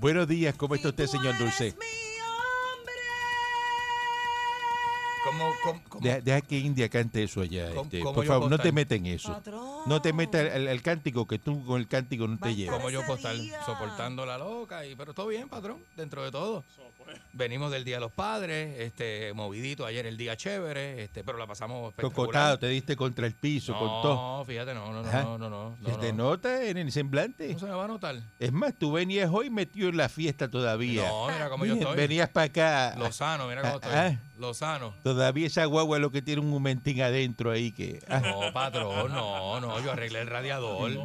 Buenos días, ¿cómo está usted, señor Dulce? ¿Cómo, cómo, cómo? Deja, deja que India cante eso allá. ¿Cómo- este, cómo por yo favor, no votar? te metas en eso. No te metas al, al cántico, que tú con el cántico no te llevas. ¿Cómo yo puedo estar soportando la loca? Y, pero todo bien, patrón, dentro de todo. Venimos del Día de los Padres, este, movidito ayer el día chévere, este, pero la pasamos Cocotado, espectacular. te diste contra el piso, con todo. No, fíjate, no, no, Ajá. no, no, no, no, Se te no. nota en el semblante. ¿Cómo se me va a notar? Es más, tú venías hoy metido en la fiesta todavía. No, mira cómo yo Ven- estoy. Venías para acá. Lozano, mira cómo Ah, estoy. ah. Lozano. Todavía esa guagua es lo que tiene un momentín adentro ahí que... ah. No, patrón, no, no, yo arreglé el radiador. No.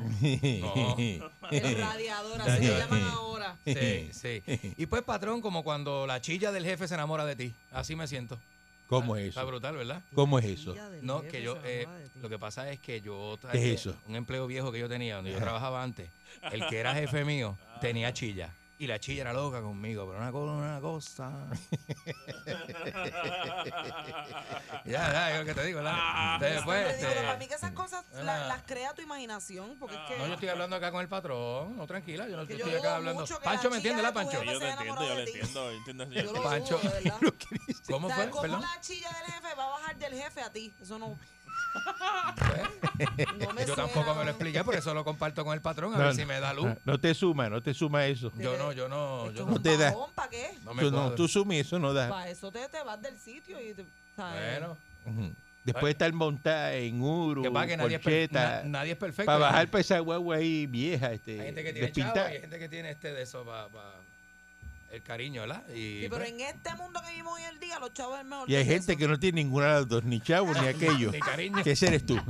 El radiador, así Ya, le ya. llaman ahora. Sí, sí. Y pues, patrón, como cuando la chilla del jefe se enamora de ti. Así me siento. ¿Cómo es Está eso? brutal, ¿verdad? ¿Cómo es eso? No, que yo, eh, lo que pasa es que yo traje ¿Qué es eso? un empleo viejo que yo tenía, donde yo trabajaba antes, el que era jefe mío tenía chilla. Y la chilla era loca conmigo, pero una cosa, una cosa. ya, ya, yo lo que te digo, Ah, ¿verdad? Entonces, pues, Siempre digo, este, pero para mí que esas cosas la- nada. las crea tu imaginación, porque es que... no, yo estoy hablando acá con el patrón, no, tranquila, yo no Que yo estoy dudo acá hablando. mucho que Pancho, la ¿me entiende chilla la de tu Pancho? jefe- Yo te se entiendo, enamoró yo le de ti. entiendo, yo entiendo, Yo lo señor. dudo, Pancho. de verdad. ¿Cómo ¿Sabes fue? cómo Perdón. la chilla del jefe va a bajar del jefe a ti? Eso no... no me Yo suena, tampoco me no. lo expliqué, por eso lo comparto con el patrón, a No, ver si me da luz. Ah, No, no te suma, no te suma eso. Yo no, yo no, Ah. Esto yo es no. un te da. bajón, ¿Para qué? No me Tú, no, cuadra. tú suma y eso no da. Para eso te, te vas del sitio y... te- ¿sabes? Bueno. Ujú. Después de estar montada en Uru, Que pasa que nadie es, per- Porcheta, na- nadie es perfecto. para Hay- bajar para esa guagua ahí vieja, este, Hay gente que tiene despintada. chavo y hay gente que tiene este de eso para el cariño, ¿verdad? Y, Sí, pero pues, en este mundo que vivimos hoy en día, los chavos es el mejor. Y hay que gente eso. que no tiene ninguna de las dos, ni chavo Ah, ni aquello. ni cariño. que ese eres tú.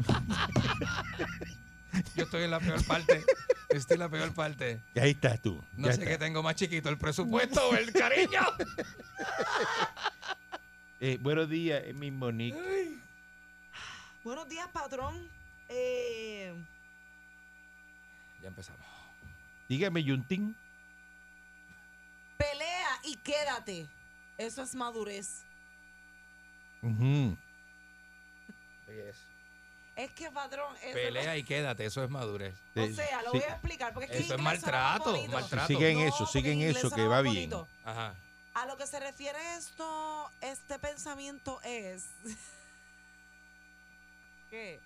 Yo estoy en la peor parte. Estoy en la peor parte. Y ahí estás tú. No Ya sé qué está. tengo más chiquito, el presupuesto o el cariño. Eh, buenos días, es mi Monique. Buenos días, patrón. Eh, Ya empezamos. Dígame, Yuntín. pelea y quédate. Eso es madurez. Ujú. Es que, patrón, eso Pelea y quédate, eso es madurez. no- Sí, O sea, lo Eh, sí. voy a explicar porque es que Eso es en inglés suena más maltrato, bonito. maltrato. Sigue en No, eso, porque sigue en inglés eso, suena que más va bien. bonito. Ajá. A lo que se refiere esto, este pensamiento es que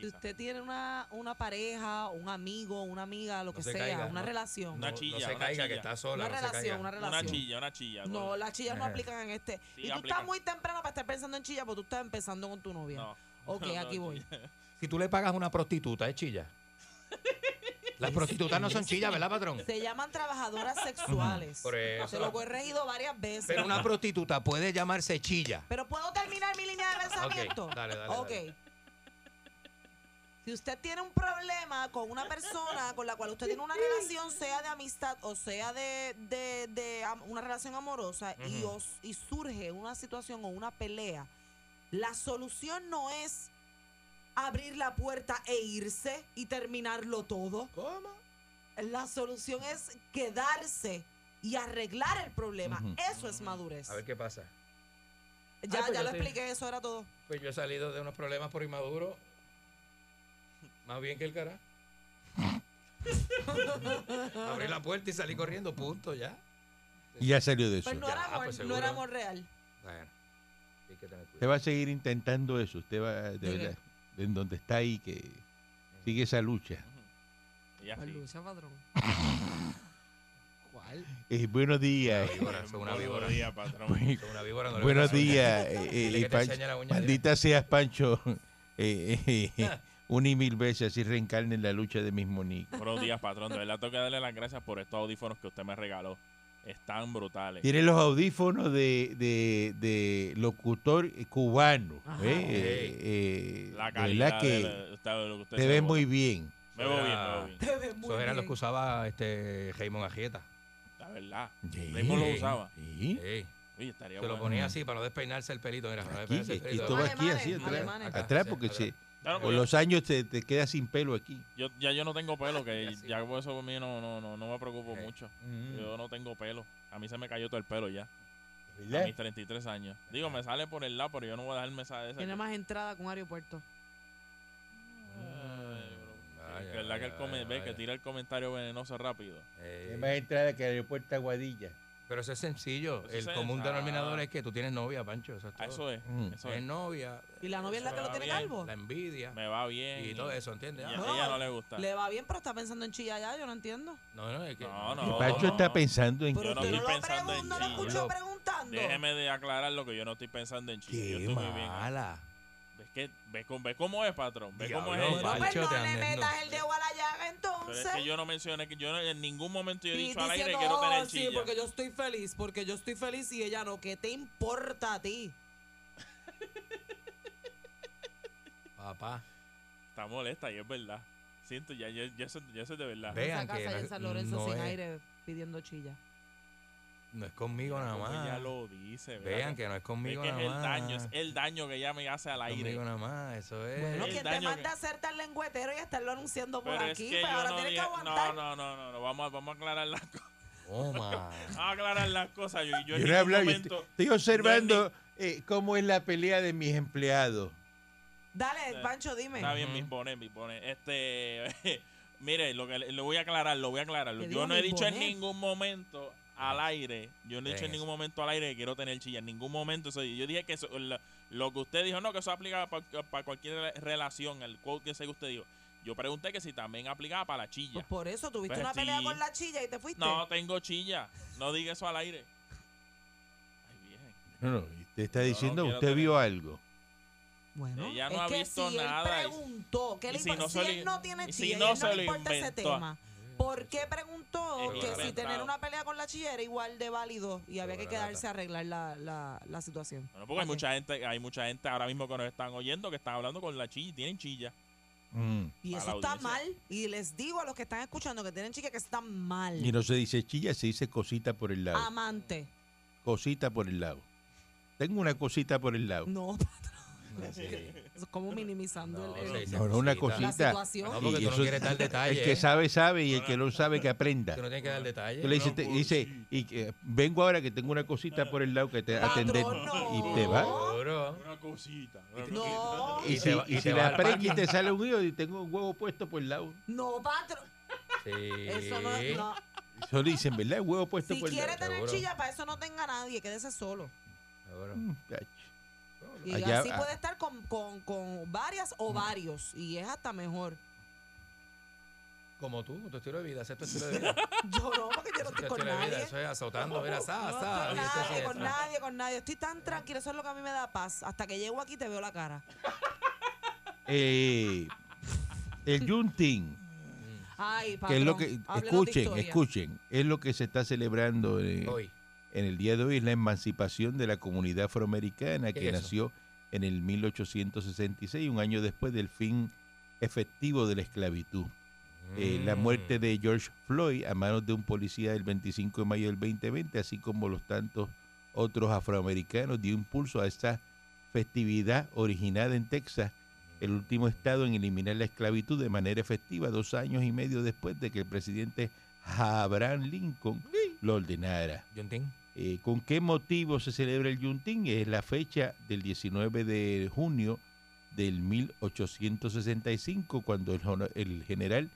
si usted tiene una, una pareja, un amigo, una amiga, lo No que se sea, caiga, una no- relación. No- Una, Una chilla, No se una caiga, que chilla. está sola. no se relación, caiga. una Una relación. chilla, una chilla. No, gordo. las chillas no Ajá. aplican en este. Sí, y tú estás aplican. muy temprano para estar pensando en chilla porque tú estás empezando con tu novia. No. Ok, No, aquí no, voy. chilla. Si tú le pagas a una prostituta, es chilla. Las prostitutas no son chillas, ¿verdad, patrón? Se llaman trabajadoras sexuales. Por eso. Se lo he reído varias veces. Pero una prostituta puede llamarse chilla. Pero puedo terminar mi línea de pensamiento. dale, dale, Ok. dale. Si usted tiene un problema con una persona con la cual usted tiene una relación, sea de amistad o sea de, de- de am- una relación amorosa, y, Ujú. os- y surge una situación o una pelea, la solución no es abrir la puerta e irse y terminarlo todo. ¿Cómo? La solución es quedarse y arreglar el problema. Ujú. Eso es madurez. A ver qué pasa. Ya, Ay, pues ya yo lo te- expliqué, eso era todo. Pues yo he salido de unos problemas por inmaduro. Más bien que el cara. Abrí la puerta y salí corriendo, punto, ya. Y ya salió de eso. Pues no Ya, era amor, pues no seguro. era amor real. Bueno, hay que tener Usted cuidado. va a seguir intentando eso. Usted va, de ¿De qué? verdad, en donde está ahí, que sigue esa lucha. Y así. ¿Cuál? Eh, pues, buenos días. Víbora, soy una víbora. Buenos días, patrón. Soy una víbora. no le Buenos voy a días, eh, Dile eh, que te Pancho. enseñe la uña, maldita seas Pancho, eh, eh, Ah. eh, una y mil veces así reencarne la lucha de mis Monique. Buenos días, patrón. De verdad, tengo que darle las gracias por estos audífonos que usted me regaló. están brutales. Tiene los audífonos de, de, de locutor cubano. Ajá. ¿eh? Ok. Eh, eh, Ah, la de verdad calidad que de la- está de lo que usted te se ve bota. muy bien. Me veo bien, me veo bien. Te ves muy Esos eran los bien. que usaba este Raymond Agieta. La verdad. Raymond Raymond lo usaba. Sí. Sí. Oye, estaría Se lo bueno. ponía así para no despeinarse el pelito. Mira, para no Aquí, despeinarse el aquí, pelito. todo aquí, Alemanes, así atrás, alemanes. Acá, atrás sí, porque atrás. se- Claro, con yo- los años te, te quedas sin pelo aquí. yo, ya yo no tengo pelo, que Sí. ya por eso mío no, no, no, no me preocupo Sí. mucho. Mm. Yo no tengo pelo. A mí se me cayó todo el pelo ya. A ¿Verdad? mis 33 años. Digo, me sale por el lado, pero yo no voy a dejarme esa de esa. Tiene más entrada con aeropuerto. Vaya, que, verdad que el vaya, come- ve vaya. que tira el comentario venenoso rápido. Eh, Hay más entrada que aeropuerto Aguadilla. pero eso es sencillo. Eso El es- común ah. denominador es que tú tienes novia, Pancho. Eso es Ah, todo. eso es. Mm. Eso es. Es novia, Y la novia es la Eh, Se que lo va tiene bien, calvo. la envidia Me va bien. y todo eso, ¿entiendes? Ya- Ah, ella, No. no. le gusta. Le va bien, pero está pensando en chillar ya, yo no entiendo. No, no, es que. No, Y no. Pancho está pensando en Pero no usted no, estoy lo pensando pregun- en no lo chillar. escuchó preguntando. Déjeme de aclarar lo que yo no estoy pensando en chile. Yo Qué estoy muy bien. mala. ¿Ves, que, ve, con- ve cómo es, patrón? ¿Ve cómo es Diablo, ella? No, pues Pancho, no te le andes- metas no. el dedo a la llaga Pero entonces. es que yo no mencioné que yo no- en ningún momento yo he Y dicho al aire diciendo, quiero tener "Oh, sí, chilla. porque yo estoy feliz, porque yo estoy feliz y ella no. ¿Qué te importa a ti? Papá, Está molesta y es verdad. Siento, ya, ya, ya, eso, ya eso es de verdad. Ve. Vean Esa casa que allá la- en San Lorenzo no sin es. aire pidiendo chilla. no es conmigo nada Como ella más. lo dice. Vean que no es Ve conmigo que es nada el más. daño, es el daño que ella me hace al aire. conmigo nada más, eso es. Bueno, El quien te daño manda que- a hacer tan lengüetero y estarlo anunciando por Pero es aquí, que pero yo ahora no, tienes que dije- aguantar. no, no, no, no, no, vamos, a- vamos a aclarar las cosas. Toma. Vamos a aclarar las cosas. Yo, Yo no yo en he ningún hablado, yo momento- estoy- estoy no observando eh, cómo es la pelea de mis empleados. Dale, Eh, Pancho, dime. Está bien, Ujú. mis bones, mis bones. Este, mire, lo que le le voy a aclarar, lo voy a aclarar. Que Yo diga no he mis dicho en bones. ningún momento al aire, yo no he dicho Ven en eso. ningún momento al aire que quiero tener chilla, en ningún momento. eso- yo dije que eso- lo, lo que usted dijo, no, que eso aplicaba para cualquier re- relación, el quote que ese que usted dijo. Yo pregunté que si también aplicaba para la Pues chilla. por eso tuviste Pues una pelea sí. con la chilla y te fuiste. No tengo chilla, no diga eso al aire. Ay, bien. No, no, te está Yo no diciendo, quiero usted tener- vio algo. Bueno, Ella no es ha que visto si nada, él y- preguntó, ¿qué y le si importa? no Si, se lo él in- no tiene y chilla, si y él no no se le lo importa ese inventó. tema. ¿Por qué preguntó Es que si inventado. tener una pelea con la chilla era igual de válido y había que Seguro, la quedarse a arreglar la, la, la situación? Bueno, porque hay Ok. mucha gente, hay mucha gente ahora mismo que nos están oyendo que están hablando con la chilla, tienen chilla. Mm. Y A eso la está audiencia. mal. Y les digo a los que están escuchando que tienen chicas que están mal. Y no se dice chilla, se dice cosita por el lado. Amante. Cosita por el lado. Tengo una cosita por el lado. No, No, sí. Eso es como minimizando No, el- se el, dice No, no, una cosita. la Cosita. situación. No, porque Y tú no eso- quieres dar detalles. El que sabe, sabe y el que no sabe, que aprenda. Tú no tienes que dar Tú detalles. le dices, te- dice, y que- vengo ahora que tengo una cosita por el lado que te atender. Patrón, no. Y te va. Seguro. Una cosita. No, Y Y si, te va- y y si te va la al prende parque. y te sale un hijo y tengo un huevo puesto por el lado. no, patrón. Sí. Eso no, no. Eso le dicen, ¿verdad? El huevo puesto Si por el quiere lado. tener Seguro. chilla, para eso no tenga a nadie, quédese solo. Seguro. Mm, cacho. Y Allá- así a- puede estar con, con, con varias o varios. Y es hasta mejor. Como tú, tu estilo de vida, ese es tu estilo de vida. Yo no, porque yo no Ese estoy es tu con estilo de vida, nadie. eso es azotando, mira, sa, No sa, estoy con y entonces nadie, eso. con nadie, con nadie. Estoy tan tranquila, eso es lo que a mí me da paz. Hasta que llego aquí te veo la cara. Eh, el Junting, Ay, que patrón. es lo que. háblenos de Escuchen, historia. escuchen. Es lo que se está celebrando eh, Hoy. en el día de hoy, es la emancipación de la comunidad afroamericana ¿Qué que es eso? nació en el 1866, un año después del fin efectivo de la esclavitud. Eh, Mm. la muerte de George Floyd a manos de un policía el 25 de mayo del 2020, así como los tantos otros afroamericanos, dio impulso a esta festividad originada en Texas, el último estado en eliminar la esclavitud de manera efectiva dos años y medio después de que el presidente Abraham Lincoln lo ordenara. Yuntín. Eh, ¿Con qué motivo se celebra el Yuntín? Es la fecha del 19 de junio del 1865, cuando el, jono- el general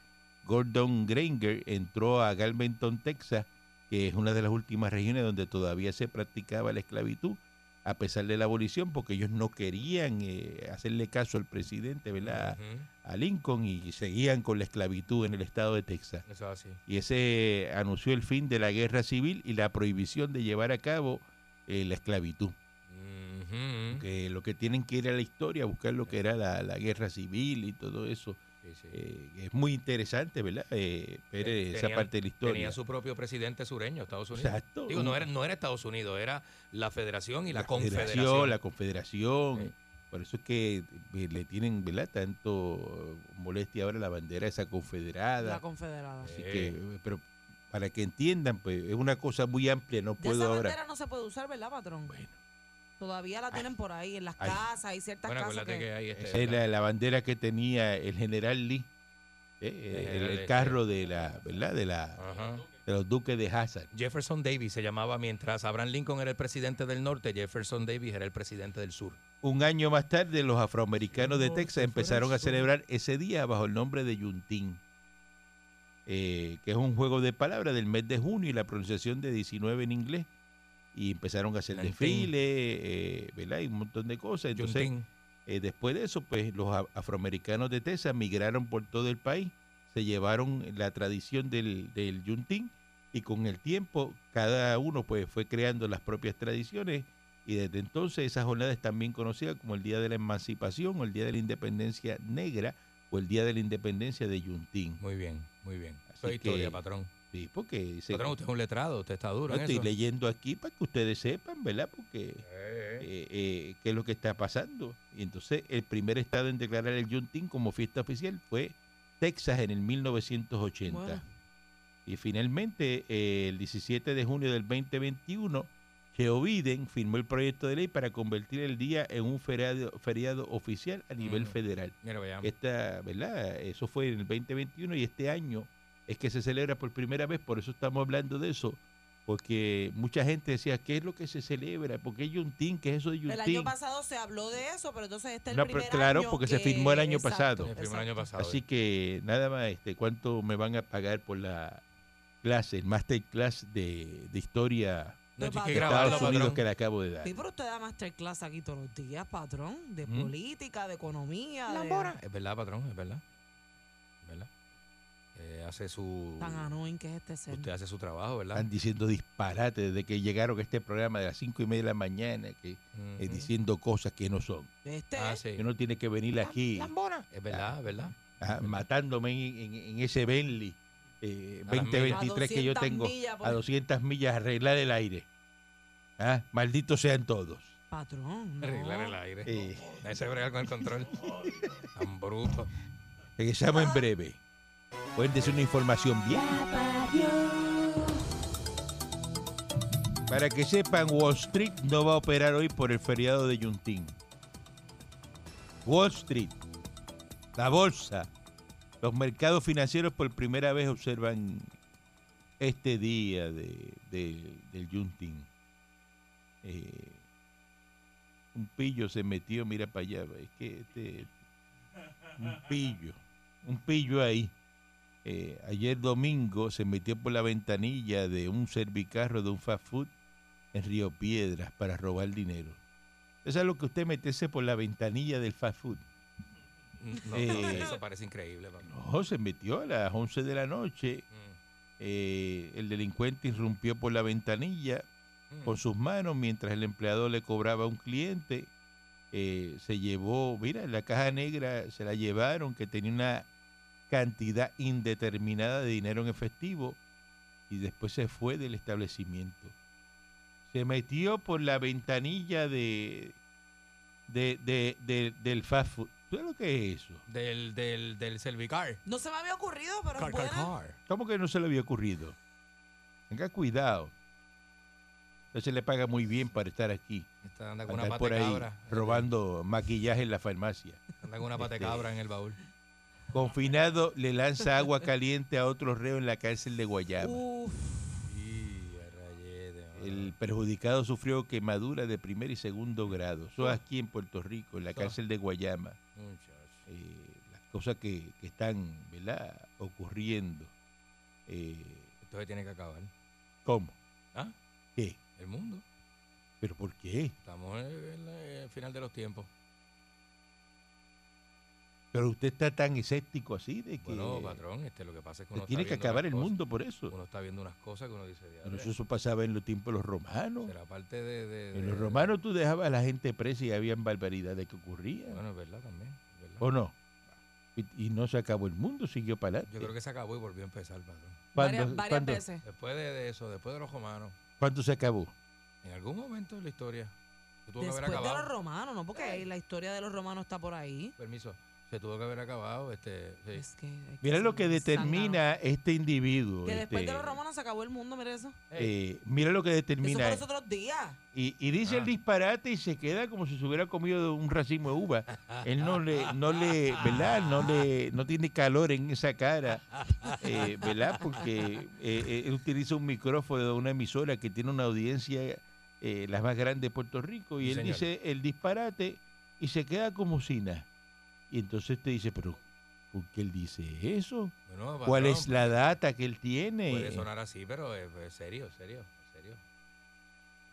Gordon Granger entró a Galventon, Texas, que es una de las últimas regiones donde todavía se practicaba la esclavitud, a pesar de la abolición, porque ellos no querían eh, hacerle caso al presidente, ¿verdad? Ujú, A Lincoln y seguían con la esclavitud en el estado de Texas Eso es así. y ese anunció el fin de la guerra civil y la prohibición de llevar a cabo eh, la esclavitud. Ujú. Mm-hmm. Que lo que tienen que ir a la historia, buscar lo que era la, la guerra civil y todo eso. Sí. sí, sí. Eh, es muy interesante, ¿verdad? Eh, ver Te- esa tenían- parte de la historia. Tenía su propio presidente sureño, Estados Unidos. Exacto. Digo, no Un- era, no era Estados Unidos, era la Federación y la, Federación, Confederación. La confederación. Sí. Por eso es que eh, le tienen, ¿verdad? Tanto molestia ahora la bandera esa confederada. La confederada. Así Sí. que, eh, pero para que entiendan, pues es una cosa muy amplia, no Ya puedo esa ahora. bandera no se puede usar, ¿verdad, patrón? Bueno. Todavía la tienen por ahí, en las Ay. casas, hay ciertas Bueno, casas acuérdate que... que, hay Esa este, es la, la bandera que tenía el general Lee, eh, eh, el- general Ah. el, Lee, carro de la, ¿verdad? De la Ajá. de los duques de Hazard. Jefferson Davis se llamaba mientras Abraham Lincoln era el presidente del norte, Jefferson Davis era el presidente del sur. Un año más tarde, los afroamericanos de Siendo Texas que empezaron fuera a el sur. celebrar ese día bajo el nombre de Yuntín, eh, que es un juego de palabras del mes de junio y la pronunciación de 19 en inglés. Y empezaron a hacer Yuntín. desfiles, eh, ¿verdad? Y un montón de cosas. Entonces, Yuntín. eh, después de eso, pues los a- afroamericanos de Texas migraron por todo el país, se llevaron la tradición del, del yuntín y con el tiempo cada uno pues fue creando las propias tradiciones y desde entonces esa jornada es también conocida como el Día de la Emancipación o el Día de la Independencia Negra o el Día de la Independencia de Yuntín. Muy bien, muy bien. Así Eso es historia, que- patrón. Sí, porque se- Patrón, usted es un letrado, usted está no duro en estoy eso. leyendo aquí para que ustedes sepan, ¿verdad? Porque eh, eh, qué es lo que está pasando. Y entonces el primer estado en declarar el Juneteenth como fiesta oficial fue Texas en el 1980. Bueno. Y finalmente, eh, el 17 de junio del 2021, Joe Biden firmó el proyecto de ley para convertir el día en un feriado, feriado oficial a nivel Mm. federal. Mira, veamos. Esta, ¿verdad? Eso fue en el 2021 y este año es que se celebra por primera vez, por eso estamos hablando de eso, porque mucha gente decía, ¿qué es lo que se celebra? ¿Por qué Yuntín? ¿Qué es eso de El Yuntín? año pasado se habló de eso, pero entonces este es el No, pero primer claro, año porque se que- firmó el año Exacto, pasado. Se firmó el año exacto. pasado. Así que nada más, este, ¿cuánto me van a pagar por la clase, el masterclass de, de historia no, Pues, hay que de patrón. grabarlo, Estados Unidos patrón. que le acabo de dar? Sí, pero usted da masterclass aquí todos los días, patrón, de Mm. política, de economía, de- Es verdad, patrón, es verdad. Es verdad. Eh, hace su... tan annoying que es este ser. Usted hace su trabajo, ¿verdad? Están diciendo disparates desde que llegaron a este programa de las cinco y media de la mañana, que, eh, Ujú. diciendo cosas que no son. Este Mm. Ah, es. sí. Que no tiene que venir aquí. Es verdad, es verdad. Ajá, matándome en, en- en ese Bentley eh, A las 2023 que yo 200 tengo millas, a pues. 200 millas arreglar el aire. Ah, Malditos sean todos. Patrón, no. Arreglar el aire. Eh, Ahí se brega con el control. Tan bruto. regresamos en breve. Cuéntese una información bien. Para que sepan, Wall Street no va a operar hoy por el feriado de Yuntín. Wall Street, la bolsa, los mercados financieros por primera vez observan este día de, de- del Yuntín. Eh, un pillo se metió, mira para allá, es que este, un pillo, un pillo ahí. Eh, ayer domingo se metió por la ventanilla de un servicarro de un fast food en Río Piedras para robar dinero. Eso es lo que usted meterse por la ventanilla del fast food. No, Eh. eso parece increíble, patrón. No, se metió a las 11 de la noche. Mm, Eh, el delincuente irrumpió por la ventanilla mm. con sus manos mientras el empleado le cobraba a un cliente. eh, se llevó, mira, la caja negra se la llevaron que tenía una cantidad indeterminada de dinero en efectivo y después se fue del establecimiento. Se metió por la ventanilla de, de, de- de- del fast food. ¿Tú sabes lo que es eso? Del, del, del Servicar. No se me había ocurrido, pero Car, es car, buena. car. ¿Cómo que no se le había ocurrido? Tenga cuidado. No se le paga muy bien para estar aquí. Está andando con una andar pata por de ahí cabra. robando maquillaje en la farmacia. Anda con una pata de Este- cabra en el baúl. Confinado le lanza agua caliente a otro reo en la cárcel de Guayama. Uh. Uf, Y a rayete, mano. El perjudicado sufrió quemadura de primer y segundo grado. Oh. Eso es aquí en Puerto Rico, en la Eso. cárcel de Guayama. Muchacho. Eh, las cosas que, que están ¿verdad? ocurriendo. Eh, Esto se tiene que acabar. ¿Cómo? ¿Ah? ¿Qué? El mundo. ¿Pero por qué? Estamos en el final de los tiempos. Pero usted está tan escéptico así de que Bueno, patrón, este, lo que pasa es se que uno está tiene que viendo unas acabar el cosas- mundo por eso. Uno está viendo unas cosas que uno dice, Pero "Diablo, eso, eso pasaba en los tiempos de los romanos. será parte de... de- En de- los romanos tú dejabas a la gente presa y habían barbaridades que ocurrían. Bueno, es verdad también. es verdad. ¿O no? Y, y no se acabó el mundo, siguió para adelante. Yo creo que se acabó y volvió a empezar, patrón. ¿Cuándo, varias varias cuándo- veces. Después de, de eso, después de los romanos, cuándo se acabó? en algún momento de la historia se tuvo que Después haber de los acabado. romanos, ¿no? Porque ahí la historia de los romanos está por ahí. Permiso, se tuvo que haber acabado. Este, sí. Es que hay que Mira ser lo que un zángano. determina este individuo. Que después este, de los romanos se acabó el mundo, mira eso. eh, mira lo que Eso determina. fue los otros días. Y, y dice Ah. el disparate y se queda como si se hubiera comido un racimo de uva. Él no le, no le, ¿verdad? No le, no tiene calor en esa cara, eh, ¿verdad? Porque eh, eh, él utiliza un micrófono de una emisora que tiene una audiencia eh, la más grande de Puerto Rico y Sí, él señor. dice el disparate y se queda como si nada. Y entonces te dice, pero ¿por qué él dice eso? Bueno, ¿Cuál patrón, es la data que él Puede tiene? sonar así, pero es, es serio, serio, serio.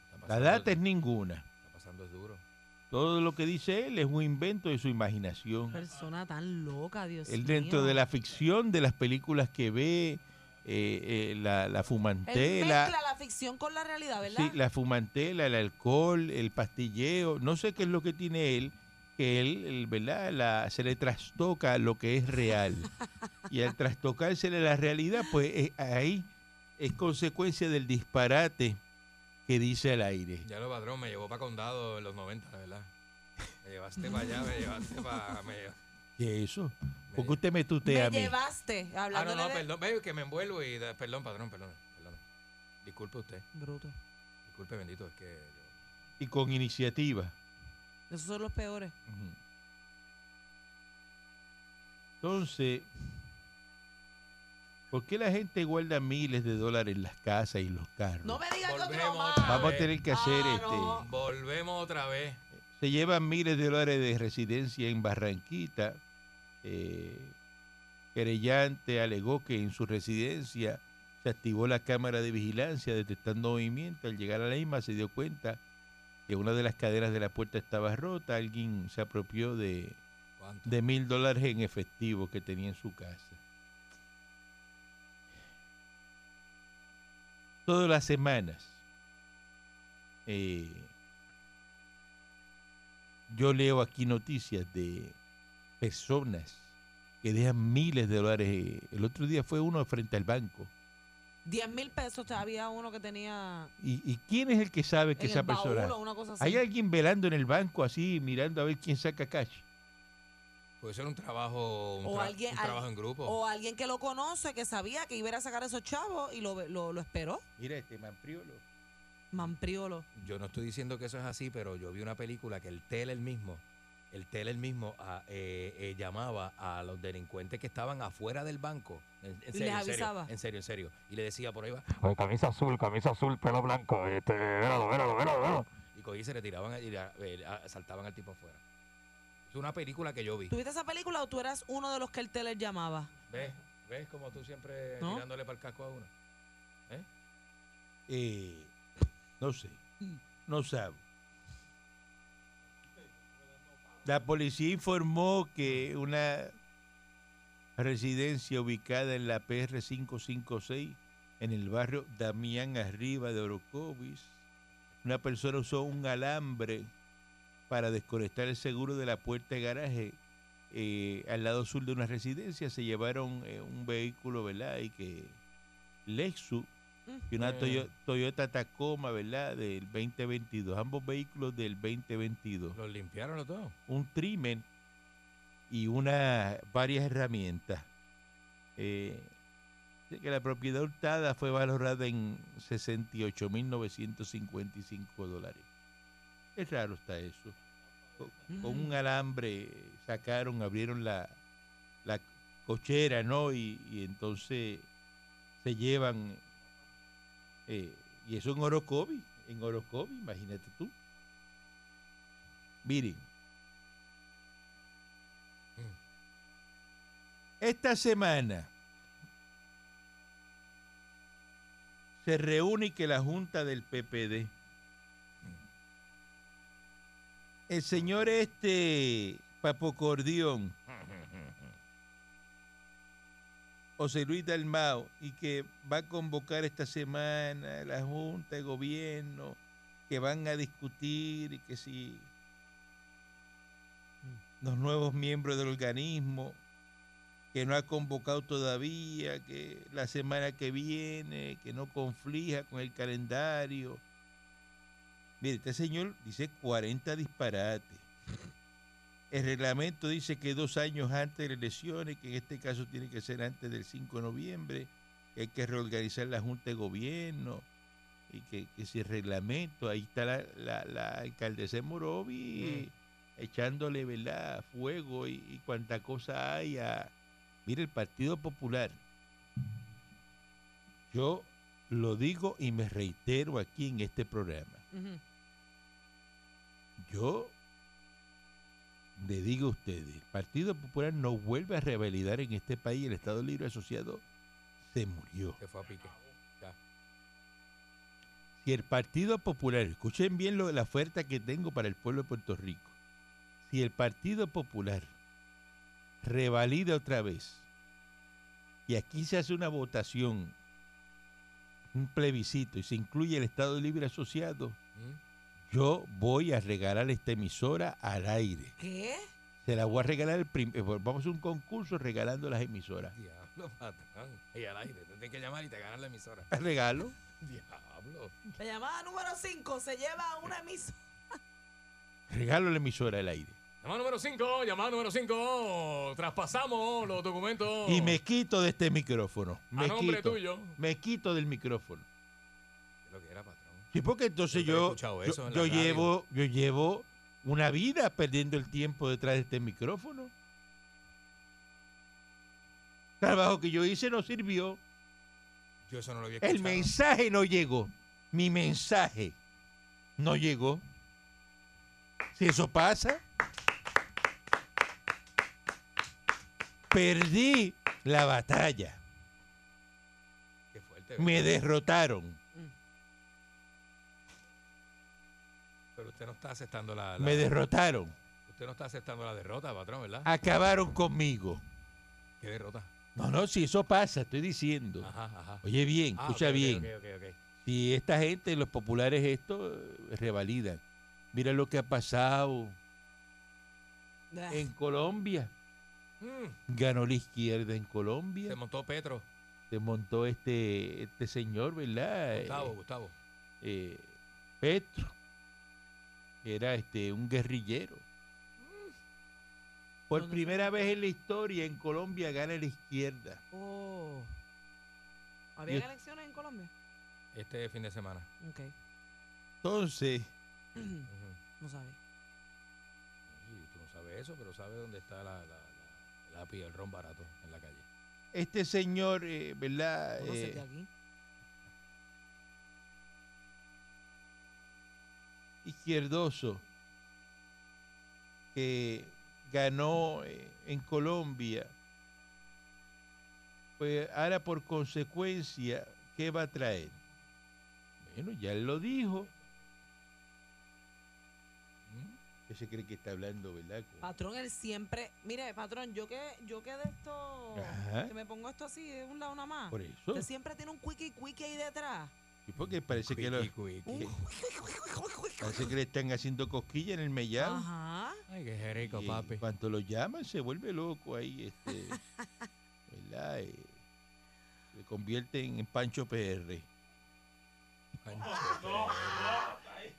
Está La pasando- data es ninguna. Está pasando es duro. Todo lo que dice él es un invento de su imaginación. Persona tan loca, Dios Él mío. dentro de la ficción, de las películas que ve, eh, eh, la, la Él fumantela, mezcla la ficción con la realidad, ¿verdad? sí, la fumantela, el alcohol, el pastilleo, no sé qué es lo que tiene él, que él, él, ¿verdad? La, se le trastoca lo que es real. y al trastocársele la realidad, pues eh, ahí es consecuencia del disparate que dice al aire. Ya lo patrón me llevó para condado en los 90, la verdad. Me llevaste para allá, me llevaste para. Me, lle- ¿Qué es eso? me ¿Por qué usted me Me tutea a mí? llevaste Ah, no, hablándole no, de- perdón, ve, que me envuelvo y da- perdón, patrón, perdón, perdón. Disculpe usted, Bruto. disculpe bendito, es que yo- Y con iniciativa. Esos son los peores. Ujú. Entonces, ¿por qué la gente guarda miles de dólares en las casas y los carros? No me digas que otro Volvemos más. otra Vamos a vez. tener que hacer Ah, este. no. volvemos otra vez. Se llevan miles de dólares de residencia en Barranquita. Eh, querellante alegó que en su residencia se activó la cámara de vigilancia detectando movimiento. Al llegar a la misma se dio cuenta que una de las cadenas de la puerta estaba rota. Alguien se apropió de, ¿Cuánto? de mil dólares en efectivo que tenía en su casa. Todas las semanas eh, yo leo aquí noticias de personas que dejan miles de dólares. eh, El otro día fue uno frente al banco. 10 mil pesos había uno que tenía ¿Y, y quién es el que sabe que en esa el baúl persona? o una cosa así. ¿Hay alguien velando en el banco así, mirando a ver quién saca cash? Puede ser un trabajo, un, O tra- alguien- un al- trabajo en grupo. O alguien que lo conoce, que sabía que iba a ir a sacar a esos chavos y lo, lo, lo esperó. Mira este manpriolo. Mampriolo. Yo no estoy diciendo que eso es así, pero yo vi una película que el tele el mismo, el tele el mismo ah, eh, eh, llamaba a los delincuentes que estaban afuera del banco. En, en serio, en serio, avisaba. en serio, en serio. Y le decía por ahí va. Oye, camisa azul, camisa azul, pelo blanco. Este, véralo, véralo, véralo, véralo. Y cogí y se retiraban y la- eh, a- saltaban al tipo afuera. Es una película que yo vi. ¿Tuviste esa película o tú eras uno de los que el teler llamaba? ¿Ves? ¿Ves como tú siempre ¿No? tirándole para el casco a uno? Eh, no sé, no sabo. La policía informó que una residencia ubicada en la PR 556 en el barrio Damián Arriba de Orocovis, una persona usó un alambre para desconectar el seguro de la puerta de garaje eh, al lado sur de una residencia. Se llevaron eh, un vehículo, ¿verdad? Y que Lexus y una Mm. Toyo- Toyota Tacoma, ¿verdad? Del 2022. Ambos vehículos del 2022. Los limpiaron los dos. Un trimen y una varias herramientas. Eh, dice que la propiedad hurtada fue valorada en 68.955 dólares. Es raro está eso. Co- Con, un alambre sacaron, abrieron la, la cochera, ¿no? Y, y entonces se llevan... eh, y eso en Orocovi, en Orocovi, imagínate tú. Miren, Esta semana se reúne que la Junta del PPD. El señor este Papocordión, José Luis Dalmao, y que va a convocar esta semana la Junta de Gobierno, que van a discutir y que si los nuevos miembros del organismo que no ha convocado todavía, que la semana que viene, que no conflija con el calendario. Mire, este señor dice 40 disparates. El reglamento dice que dos años antes de las elecciones, que en este caso tiene que ser antes del 5 de noviembre, que hay que reorganizar la Junta de Gobierno, y que, que si el reglamento, ahí está la, la, la alcaldesa de Morovi echándole ¿verdad? fuego y, y cuanta cosa hay a... Mire, el Partido Popular, yo lo digo y me reitero aquí en este programa. Ujú. Yo le digo a ustedes, el Partido Popular no vuelve a revalidar en este país el Estado Libre Asociado, se murió. Se fue a pique. Si el Partido Popular, escuchen bien lo de la oferta que tengo para el pueblo de Puerto Rico, si el Partido Popular revalida otra vez y aquí se hace una votación, un plebiscito y se incluye el Estado Libre Asociado, ¿Mm? yo voy a regalar esta emisora al aire. ¿Qué? Se la voy a regalar el prim- eh, Vamos a hacer un concurso regalando las emisoras. Diablo, patrón. Y al aire, te tienes que llamar y te ganan la emisora. Regalo. Diablo. La llamada número 5 se lleva a una emisora. Regalo la emisora al aire. Llamada número 5, llamada número 5. Traspasamos los documentos. Y me quito de este micrófono. a Me nombre quito. tuyo. Me quito del micrófono. Lo que era, patrón. Sí, porque entonces Siempre he yo, escuchado yo- eso en la yo radio. llevo, yo llevo una vida perdiendo el tiempo detrás de este micrófono. Trabajo que yo hice no sirvió. Yo eso no lo había escuchado. El mensaje no llegó. Mi mensaje no llegó. Si eso pasa, perdí la batalla. Qué fuerte. Me ¿verdad? derrotaron. Pero usted no está aceptando la, la- Me Ah. derrotaron. Usted no está aceptando la derrota, patrón, ¿verdad? Acabaron conmigo. ¿Qué derrota? No, no, si eso pasa, estoy diciendo. Ajá, ajá. Oye bien, Ah, escucha ok, ok, bien. ok, ok, ok. Si esta gente, los populares, esto eh, revalidan. Mira lo que ha pasado en Colombia. Mm, Ganó la izquierda en Colombia. se montó Petro. se montó este, este señor, ¿verdad? Gustavo, Gustavo. Eh, eh, Petro. Era este un guerrillero. Por primera vez en la historia en Colombia gana la izquierda. Oh. ¿Habían Yo- elecciones en Colombia? Este fin de semana. Ok, Entonces, Ujú. no sabe. Sí, tú no sabes eso, pero sabes dónde está la, la, la- la pi- el ron barato en la calle. este señor, eh, ¿verdad? Conócete Eh, aquí. izquierdoso que ganó eh, en Colombia, pues ahora por consecuencia, ¿qué va a traer? Bueno, ya él lo dijo. ¿Qué se cree ¿Mm? que está hablando, verdad? Con- Ah, Patrón, él siempre. Mire, patrón, yo que, yo que de esto. Ajá. Que me pongo esto así de un lado nada ah. más. Por eso. Usted siempre tiene un quickie quickie ahí detrás. Sí, porque parece que, lo- Cuiqui, cuiqui. que- parece que le están haciendo cosquilla en el mellado. Ajá. Ay, qué jerico, Y papi. Cuando lo llaman se vuelve loco ahí, este, ¿verdad? Eh, se convierte en en Pancho PR. Pancho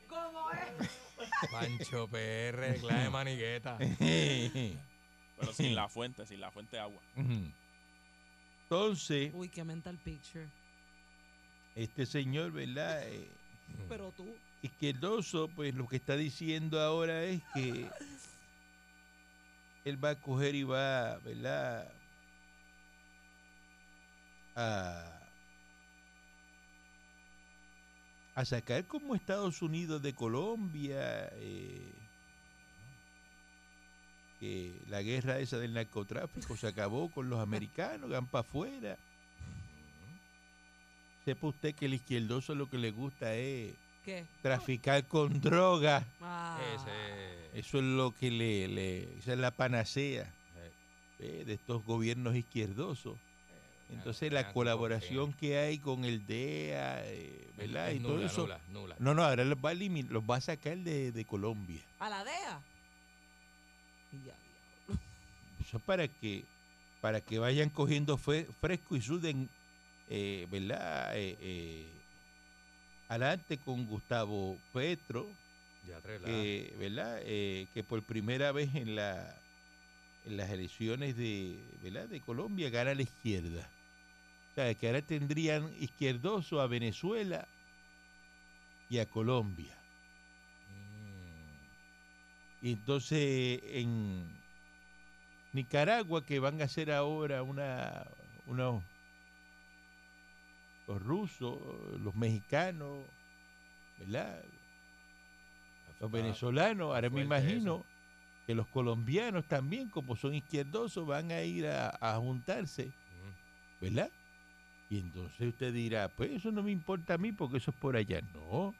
¿Cómo es? PR. Pancho PR, clave de manigueta. Pero sin la fuente, sin la fuente de agua. Ujú. Entonces, Uy, qué mental picture. este señor, ¿verdad? Eh, Pero tú. izquierdoso, pues lo que está diciendo ahora es que él va a coger y va, ¿verdad? A, a sacar como Estados Unidos de Colombia, eh, que la guerra esa del narcotráfico se acabó con los americanos, van para afuera. Sepa usted que el izquierdoso lo que le gusta es ¿Qué? traficar con droga. Ah. Ese. Eso es lo que le, le- esa es la panacea eh, eh, de estos gobiernos izquierdosos. Entonces la Ah, colaboración que hay con el DEA, eh, ¿verdad? es Y todo nula, eso. Nula, nula. No, no, ahora los va a, elimi- los va a sacar de, de Colombia. ¿A la DEA? Y ya, diablo. Eso es para que para que vayan cogiendo fe- fresco y suden, eh, ¿verdad? Eh, eh, adelante con Gustavo Petro, Ya tres, la- que, Eh, ¿verdad? Eh, que por primera vez en, la, en las elecciones de, ¿verdad? de Colombia gana la izquierda. O sea, que ahora tendrían izquierdoso a Venezuela y a Colombia. Mm, Y entonces en Nicaragua, que van a hacer ahora una, una- los rusos, los mexicanos, ¿verdad? Los venezolanos, ahora me Ah, fuerte imagino que los colombianos también, como son izquierdosos, van a ir a, a juntarse, mm. ¿verdad? Y entonces usted dirá, pues eso no me importa a mí porque eso es por allá. No.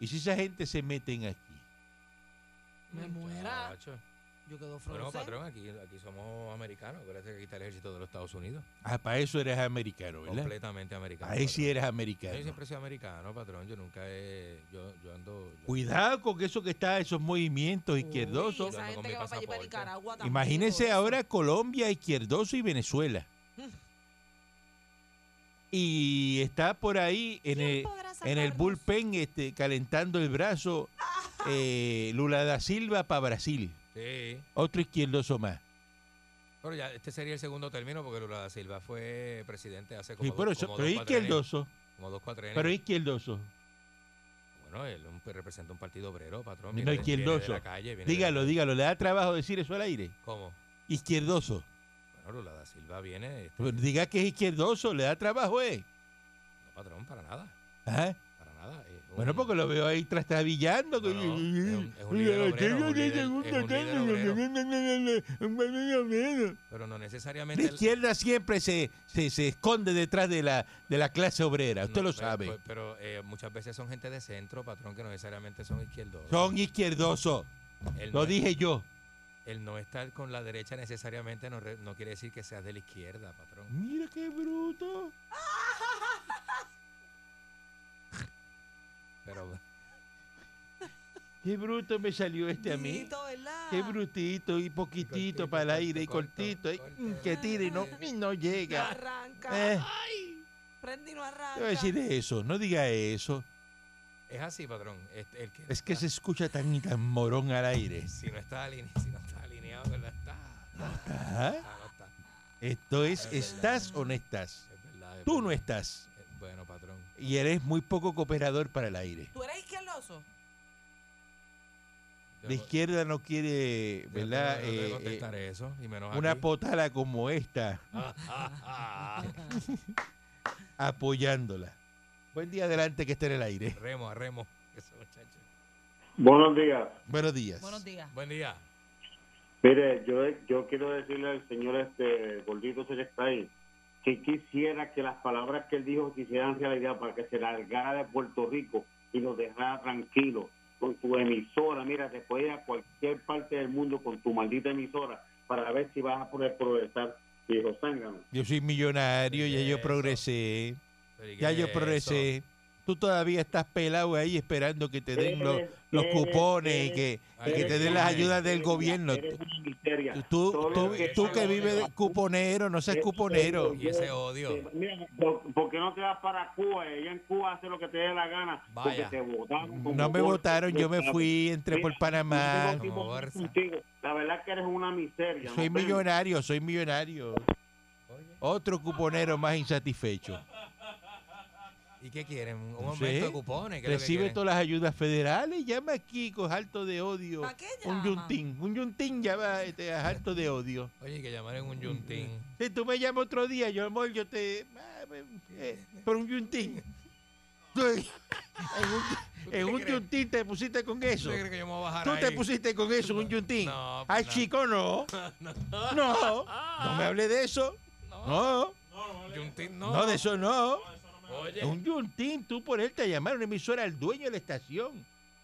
¿Y si esa gente se meten aquí? Me muera. Chacho. Yo quedo Bueno, frozen. patrón, aquí, aquí somos americanos. Acuérdate que aquí está el ejército de los Estados Unidos. Ah, para eso eres americano, ¿verdad? Completamente americano. Ahí sí patrón. eres Yo americano. siempre soy americano, patrón. Yo nunca he. Yo, yo ando. yo- Cuidado con que eso que está, esos movimientos Y izquierdosos. Yo esa ando con gente mi que va para allí para pasaporte. Nicaragua también. Imagínense todo ahora Colombia, izquierdoso y Venezuela. Y está por ahí en el, en el bullpen este, calentando el brazo eh, Lula da Silva para Brasil. Sí. Otro izquierdoso más. Pero ya, este sería el segundo término porque Lula da Silva fue presidente hace como. Sí, pero, dos, eso- como pero dos cuatrienios. izquierdoso. Como dos cuatrienios. Pero izquierdoso. Bueno, él un- pues, representa un partido obrero, patrón. No, viene de- izquierdoso. viene de la calle, viene de- Dígalo, dígalo. ¿Le da trabajo decir eso al aire? ¿Cómo? Izquierdoso. Bueno, Lula da Silva viene. este, Pero diga que es izquierdoso, le da trabajo, ¿eh? no, patrón, para nada. Ajá. Para nada. es un- Bueno, porque lo veo ahí trastabillando. No, no, es un- es un líder obrero, es un líder- es un líder Pero no La necesariamente. el- izquierda siempre se, se, se esconde detrás de la, de la clase obrera, usted No, lo pero- sabe. Pero, eh, muchas veces son gente de centro, patrón, que no necesariamente son izquierdos. Son izquierdosos, El lo no- dije yo. El no estar con la derecha necesariamente no, re- no quiere decir que seas de la izquierda, patrón. Mira qué bruto. Pero Qué bruto me salió este a mí. Bendito, ¿verdad? Qué brutito y poquitito ah. cortito, para el aire y corto, cortito. corto, y, corto. mm, que tire y no, y no No llega. arranca. Eh, Prende y no ¿qué arranca. va a decir eso? No diga eso. es así, patrón. Este, el que Es que está- se escucha tan y tan morón al aire. si no está alineado, si no está alineado, ¿verdad? Está, Ajá. está, no está. Esto es, ¿estás o no estás? Es verdad, es Tú no verdad. estás. Eh, Bueno, patrón. Y eres muy poco cooperador para el aire. ¿Tú eres izquierdoso? La Yo no- izquierda no quiere, yo ¿verdad? No, no te Eh, contestaré eso, y eh, menos una aquí. potala como esta, apoyándola. Buen día adelante que esté en el aire. Remo, a remo. Eso, muchacho. Buenos días. Buenos días. Buenos días. Buen día. Mire, yo, yo quiero decirle al señor este Gordito Celestay que quisiera que las palabras que él dijo se hicieran realidad para que se largara de Puerto Rico y nos dejara tranquilos con tu emisora. Mira, te puedes ir a cualquier parte del mundo con tu maldita emisora para ver si vas a poder progresar, viejo zángano. Yo soy millonario, ya yo Eso. progresé. Pero, ¿y Ya qué yo es eso? progresé. Tú todavía estás pelado ahí esperando que te den los, los cupones y que, y que te den las ayudas del gobierno. Eres una miseria. Tú, tú, Todo tú- lo que tú está que vives de gobernado- cuponero, no seas Eso es cuponero. lo Y ese odio. Eh, Mira, ¿por, por qué no te vas para Cuba? Ella en Cuba hace lo que te dé la gana. Vaya. Porque te votaron. como No me gordo. votaron, yo me fui, entré por Mira, Panamá. yo tengo Como que ir Barça. contigo. La verdad es que eres una miseria. Soy ¿no? millonario, soy millonario. Oye, Otro cuponero más insatisfecho. ¿Y qué quieren? ¿Un No aumento sé. de cupones? ¿Qué es lo que Recibe quieren? todas las ayudas federales, llama aquí con alto de odio. ¿Para qué Un llaman? yuntín, un yuntín llama este, a alto de odio. Oye, que llamaron un yuntín. Si tú me llamas otro día, yo amor, yo te... ah, eh, por un yuntín. Tú- En un, en un yuntín te pusiste con ¿Tú eso. crees que yo me voy a bajar Tú te ahí? pusiste con eso, un yuntín. No, pues Ay, nada. chico, no. No, no me hable de eso. No, Yuntín no. no, de eso no. Oye. Un yuntín, tú por él te llamar a una emisora al dueño de la estación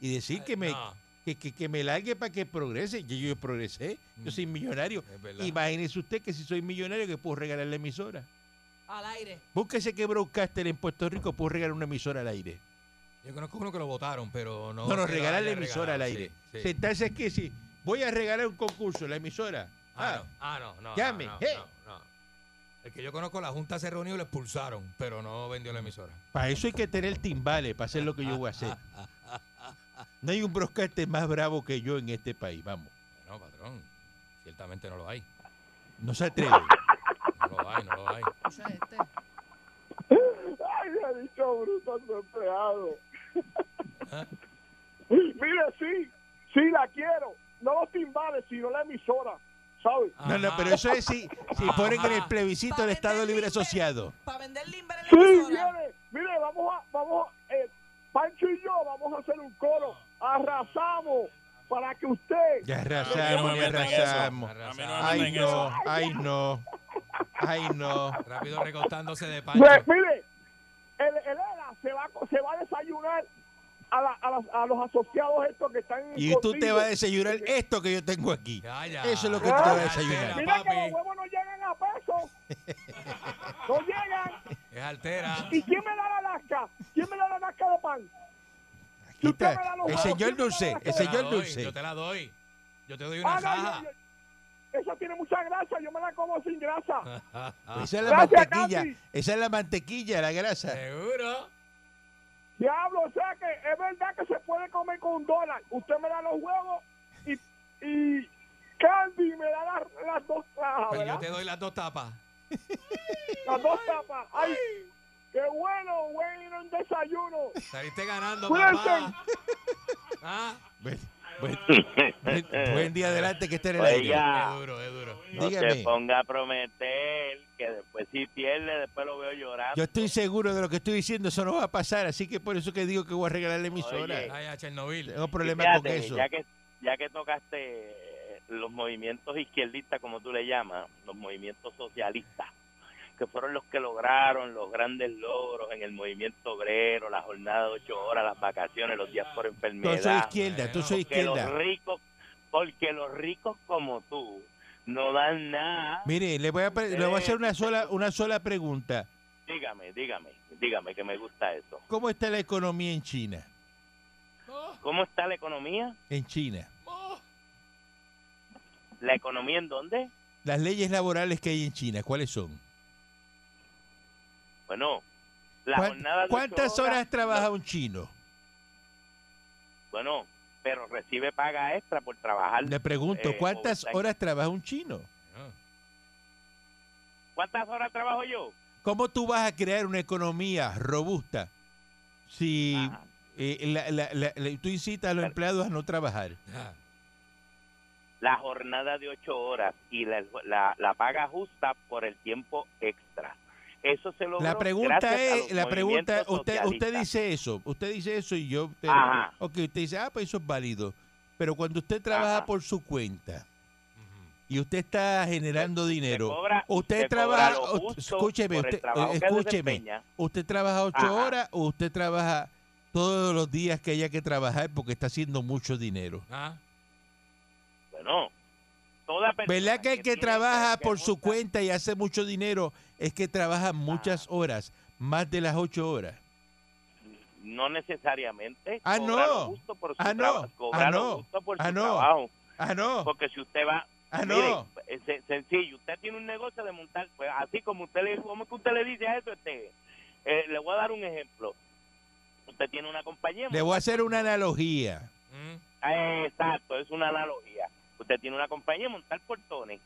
y decir que me, No, que, que- que me largue para que progrese. Yo, yo progresé, yo soy millonario. Mm, es verdad. Imagínese usted que si soy millonario que puedo regalar la emisora. Al aire. Búsquese que broadcaster en Puerto Rico puedo regalar una emisora al aire. Yo conozco uno que lo votaron, pero no. No, no, Oh, que lo regalar la haya emisora al regalado, aire. sí, sí. Sentarse aquí y decir, voy a regalar un concurso, la emisora. Ah, no, ah, no, no. Llame, no, no, hey. no, no. El que yo conozco, la Junta se reunió y lo expulsaron, pero no vendió la emisora. Para eso hay que tener timbales, para hacer lo que yo voy a hacer. No hay un broadcaster más bravo que yo en este país, vamos. No, patrón. Ciertamente no lo hay. No se atreven. No lo hay, no lo hay. Escucha este. Ay, me ha dicho bruto a su empleado. Ah. Mire, sí, sí la quiero. No los timbales, sino la emisora, ¿sabes? No, no, pero eso es si, si ponen en el plebiscito el Estado Libre Asociado. Para vender limber en la Sí, emisora. viene. Mire, vamos a, vamos, a- eh, Pancho y yo vamos a hacer un coro. Arrasamos para que usted Ya No, arrasamos, no me ya metan en eso. arrasamos. A mí no me Ay, meten eso. no, ay, no. Ay, no. Rápido recostándose de pancho. Pues, mire, el, el ELA se va, a co- se va a desayunar a, la- a, las- a los asociados estos que están. Y tú te contigo. Ah, vas a desayunar esto que yo tengo aquí. Ya, ya. Eso es lo que tú te vas a Ya, desayunar. espera, Mira que los papi. huevos no llegan a peso. No llegan. Es altera. ¿Y quién me da la lasca? ¿Quién me da la lasca de pan? Aquí está. El señor Dulce, el Yo te la señor doy, Dulce. Yo te la doy. Yo te doy una Ah, no, caja. yo- yo- esa tiene mucha grasa. Yo me la como sin Ah. grasa. Esa es la Gracias, mantequilla, Capi. esa es la mantequilla, la grasa. Seguro. Diablo, o sea que es verdad que se puede comer con un dólar. Usted me da los huevos y, y Candy me da las, las dos cajas, Pero ¿verdad? Pues yo te doy las dos tapas. Las dos tapas. ¡Ay! ¡Qué bueno! Bueno, un desayuno. Saliste ganando, Cuídense. papá. Ah, Buen, buen- buen- buen día adelante que esté en el aire. es Oiga, duro, es duro. no Dígame. se ponga a prometer que después si pierde, después lo veo llorando. Yo estoy seguro de lo que estoy diciendo, eso no va a pasar, así que por eso que digo que voy a regalar la Oye. emisora. Ay, a Chernobyl. Tengo Y problemas con fíjate, eso. Ya que, ya que tocaste eh, los movimientos izquierdistas, como tú le llamas, los movimientos socialistas, que fueron los que lograron los grandes logros en el movimiento obrero, la jornada de ocho horas, las vacaciones, los días por Tú soy enfermedad, izquierda, tú soy que los izquierda. ricos, porque los ricos como tú no dan nada. Mire, le voy a, pre- le voy a hacer una sola, una sola pregunta. Dígame, dígame, dígame que me gusta eso. ¿Cómo está la economía en China? ¿Cómo está la economía? En China. ¿La economía en dónde? Las leyes laborales que hay en China, ¿cuáles son? Bueno, la ¿Cuán- jornada de ocho ¿Cuántas horas trabaja un chino? Bueno, pero recibe paga extra por trabajar. Le pregunto, eh, ¿cuántas overtime. horas trabaja un chino? ¿Cuántas horas trabajo yo? ¿Cómo tú vas a crear una economía robusta si Ajá. eh, la- la- la- la- tú incitas a los empleados a no trabajar? Ah, La jornada de ocho horas y la, la- la paga justa por el tiempo extra. Eso se logró La pregunta gracias a es, los la pregunta, movimientos usted, usted socialistas. dice eso, usted dice eso y yo, usted, Ajá. ok, usted dice, ah, pues eso es válido, pero cuando usted trabaja Ajá. por su cuenta y usted está generando dinero, cobra- usted se cobra trabaja, lo ut- justo escúcheme, por el usted, eh, trabajo que escúcheme, desempeña. usted trabaja ocho Ajá. horas o usted trabaja todos los días que haya que trabajar porque está haciendo mucho dinero. ah. Bueno, toda persona ¿Verdad que el que tiene trabaja que por su junta- cuenta y hace mucho dinero es que trabaja muchas Ah. horas, más de las ocho horas? No necesariamente. Ah, cobra no. lo justo por su Ah, no. traba- cobra Ah, lo no. justo por Ah, su no. trabajo. Ah, no, Porque si usted va, ah, no. Mire, eh, se- sencillo, usted tiene un negocio de montar, pues así como usted le, como que usted le dice a eso, este, eh, le voy a dar un ejemplo. Usted tiene una compañía. Le voy a hacer una analogía. Mm. Ah, Exacto, es una analogía. Usted tiene una compañía de montar portones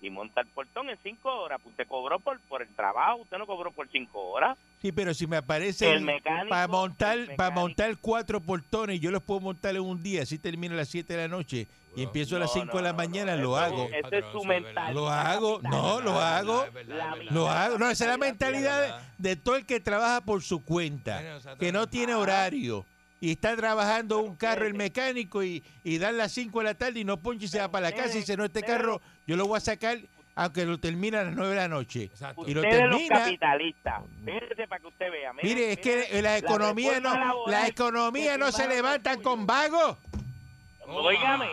y montar portón en cinco horas. pues, Usted cobró por, por el trabajo, usted no cobró por cinco horas. Sí, pero si me aparece El mecánico. para el montar mecánico- para montar cuatro portones, yo los puedo montar en un día, así termino a las 7 de la noche y Wow. empiezo a las No, 5 no, de la no, mañana, no, lo eso- hago. Esa es su Patrón, sí, es verdad. mentalidad. Lo hago, no, Es lo verdad, hago, es verdad, es verdad. Lo hago, no, esa es la mentalidad verdad. de todo el que trabaja por su cuenta, Bueno, o sea, que no tiene horario. Y está trabajando un carro el mecánico y, y dan las 5 de la tarde y no ponche y se va para la casa y dice, no, este carro yo lo voy a sacar aunque lo termine a las 9 de la noche. Exacto. Y lo Ustedes los termina capitalistas. Fíjese para que usted vea. mire, Mire, es que mire, la economía reforma no, laboral la economía que no se firmaron levantan los con suyos. vagos. Óigame.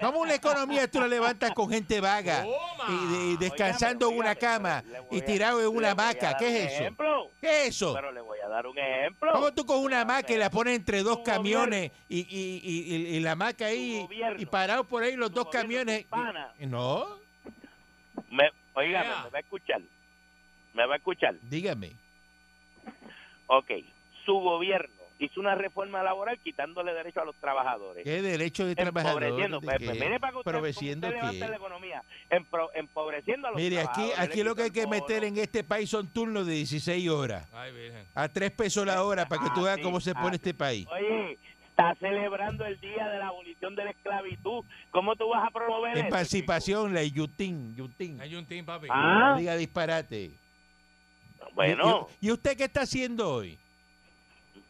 ¿Cómo una economía tú la levantas con gente vaga Toma. y, de- y descansando en una Óigame, cama óigame, pero le voy y a- tirado en una le voy a hamaca? dar ¿Qué un es eso? ejemplo, ¿Qué es eso? Pero le voy a dar dar un ejemplo. ¿Cómo tú con una hamaca y la pones entre dos camiones y, y- y- y- y la hamaca ahí y parado por ahí los dos camiones? Y- No, Me, oígame, me va a escuchar. Me va a escuchar. dígame. Ok, su gobierno hizo una reforma laboral quitándole derecho a los trabajadores. ¿Qué derecho de trabajadores? Empobreciendo, ¿De pues, qué? pues, mire para que usted, ¿Empobreciendo usted levante qué? la economía, empro- empobreciendo a los Mire, aquí, trabajadores. aquí lo que hay que meter en este país son turnos de 16 horas. Ay, virgen. A 3 pesos la hora para que tú veas Así, cómo se pone así. este país. Ah, Oye, está celebrando el día de la abolición de la esclavitud. ¿Cómo tú vas a promover eso? Emancipación, la Yutin, Yutin. Hay un team, papi. Ah. No Diga disparate. Bueno, ¿Y, y- y usted qué está haciendo hoy?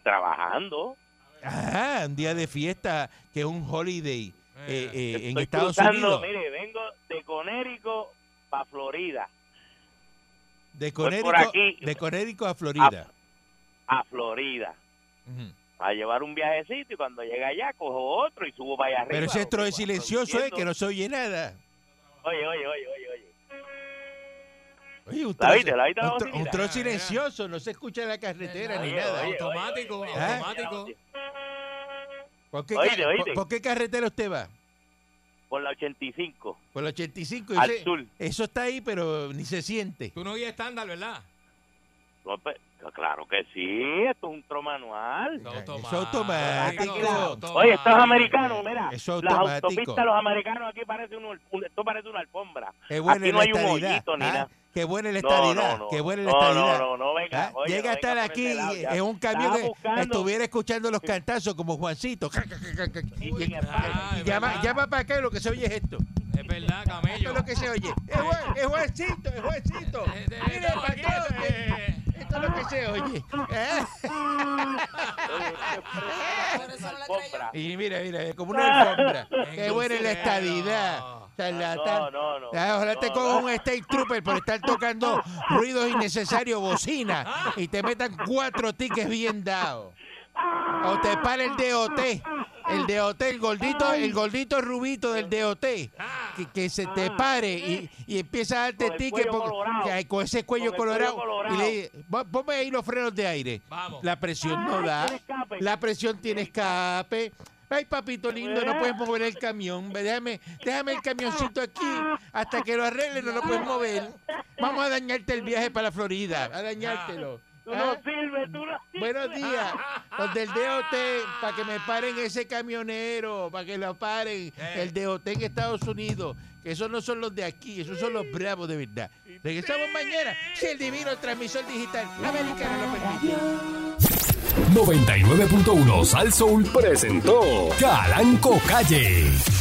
trabajando. Ajá, Ah, un día de fiesta, que es un holiday eh, eh, en Ah. Estoy Estados cruzando, Unidos. Mire, vengo de Conérico para Florida, De por Conérico, aquí. Ah, de Conérico a Florida. a Florida, Ujú. a llevar un viajecito y cuando llega allá cojo otro y subo para allá Pero arriba. ese estro es silencioso, eh, que no se oye nada. Oye, oye, oye, oye, oye. Oye, un ¿La trozo- oíste? ¿La oíste la un tro- bocinita? un trozo silencioso, no se escucha en la carretera ni Oye, nada. oye, Automático, oye, ¿Ah? automático. ¿Por qué, Oíste, car- oíste. por- por qué carretera usted va? Por la 85, Por la 85. al ese- sur. eso está ahí, pero ni se siente. Tú no guías estándar, ¿verdad? No, pues, Claro que sí, esto es un tro manual. Eso automático. Oye, estos Ah. americanos, mira, Eso es Ah, las automático. autopistas, los americanos, aquí parece un, un- esto parece una alfombra. Qué buena aquí no la hay un estadidad. hoyito ni ah, nada. Qué buena la No, estadidad. no, no. Qué buena la No, no, estadidad. no, no, venga, Ah, oye, Llega no a estar venga por aquí ese lado, y ya. en un camión Estaba que buscando. estuviera escuchando los cantazos como Juancito. Ja, ja, ja, ja, ja. Sí, en España. Y llama, llama para acá y lo que se oye es esto. Es verdad, Esto camello. es lo que se oye. Es, Juan- es Juancito, es Juancito. Eh, eh, Mire, no, para quieta, todo. eh. Esto es lo que se oye. Ah, Por eso no la Alfombra. Y mira, mira, es como una alfombra. Qué En buena es la crucero. estadidad. Charlatán. No, no, no. Ah, ojalá te No, cojan no. un state trooper por estar tocando ruidos innecesarios, bocina, y te metan cuatro tickets bien dados. O te para el DOT, el DOT, el gordito, el gordito rubito del DOT, que, que se te pare y, y empieza a darte Ah. Con el tickets cuello colorado. con ese cuello Con el colorado. cuello Y colorado. le, "Va- ponme ahí los frenos de aire. Vamos. La presión no da, tiene escape. la presión tiene escape. Ay, papito lindo, no puedes mover el camión. Déjame, déjame el camioncito aquí hasta que lo arreglen, no lo puedes mover. Vamos a dañarte el viaje para Florida, a dañártelo. Tú ¿Ah? no sirves, tú no sirves. Buenos días, los del DOT, para que me paren ese camionero, para que lo paren. Eh. El DOT en Estados Unidos, que esos no son los de aquí, esos son los bravos de verdad. Regresamos mañana, si el divino transmisor digital americano lo permite. 99.1 Sal Soul presentó Calanco Calle.